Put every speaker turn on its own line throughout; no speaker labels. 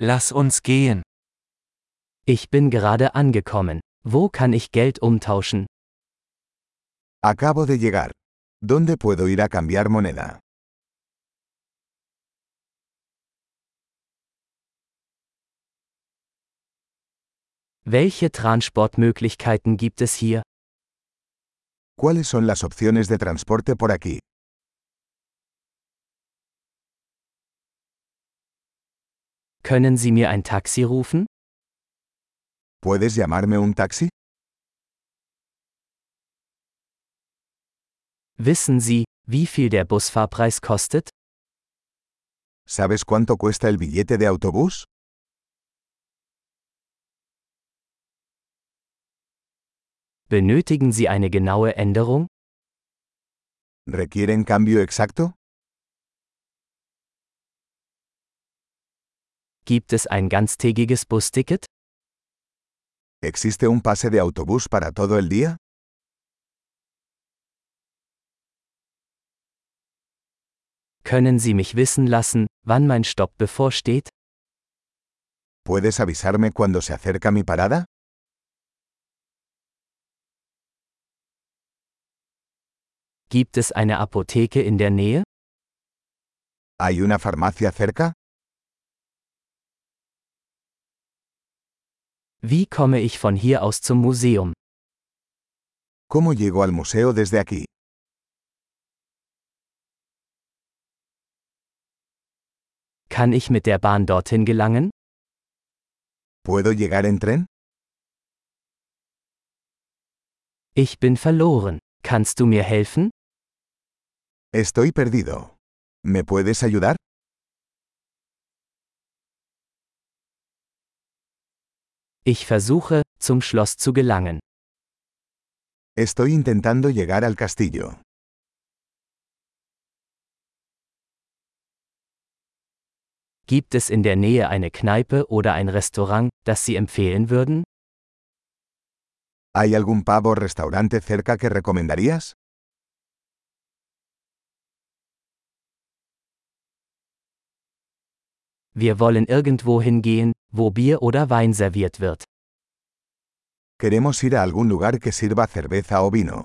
Lass uns gehen.
Ich bin gerade angekommen. Wo kann ich Geld umtauschen?
Acabo de llegar. ¿Dónde puedo ir a cambiar moneda?
Welche Transportmöglichkeiten gibt es hier?
¿Cuáles son las opciones de transporte por aquí?
Können Sie mir ein Taxi rufen?
¿Puedes llamarme un taxi?
Wissen Sie, wie viel der Busfahrpreis kostet?
¿Sabes cuánto cuesta el billete de autobús?
Benötigen Sie eine genaue Änderung?
¿Requieren cambio exacto?
Gibt es ein ganztägiges Busticket?
¿Existe un pase de autobús para todo el día?
Können Sie mich wissen lassen, wann mein Stopp bevorsteht?
¿Puedes avisarme cuando se acerca mi parada?
Gibt es eine Apotheke in der Nähe?
¿Hay una farmacia cerca?
Wie komme ich von hier aus zum Museum?
¿Cómo llego al museo desde aquí?
Kann ich mit der Bahn dorthin gelangen?
¿Puedo llegar en tren?
Ich bin verloren. Kannst du mir helfen?
Estoy perdido. ¿Me puedes ayudar?
Ich versuche, zum Schloss zu gelangen.
Estoy intentando llegar al castillo.
Gibt es in der Nähe eine Kneipe oder ein Restaurant, das Sie empfehlen würden?
¿Hay algún pavo o restaurante cerca que recomendarías?
Wir wollen irgendwo hingehen, wo Bier oder Wein serviert wird.
Queremos ir a algún lugar que sirva cerveza o vino.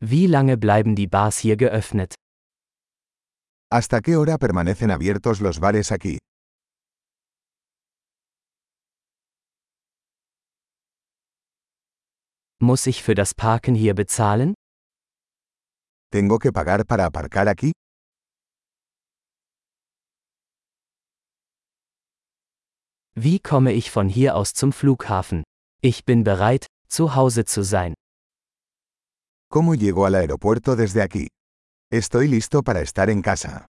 Wie lange bleiben die Bars hier geöffnet?
¿Hasta qué hora permanecen abiertos los bares aquí?
Muss ich für das Parken hier bezahlen?
¿Tengo que pagar para aparcar aquí?
Wie komme ich von hier aus zum Flughafen? Ich bin bereit, zu Hause zu sein.
¿Cómo llego al aeropuerto desde aquí? Estoy listo para estar en casa.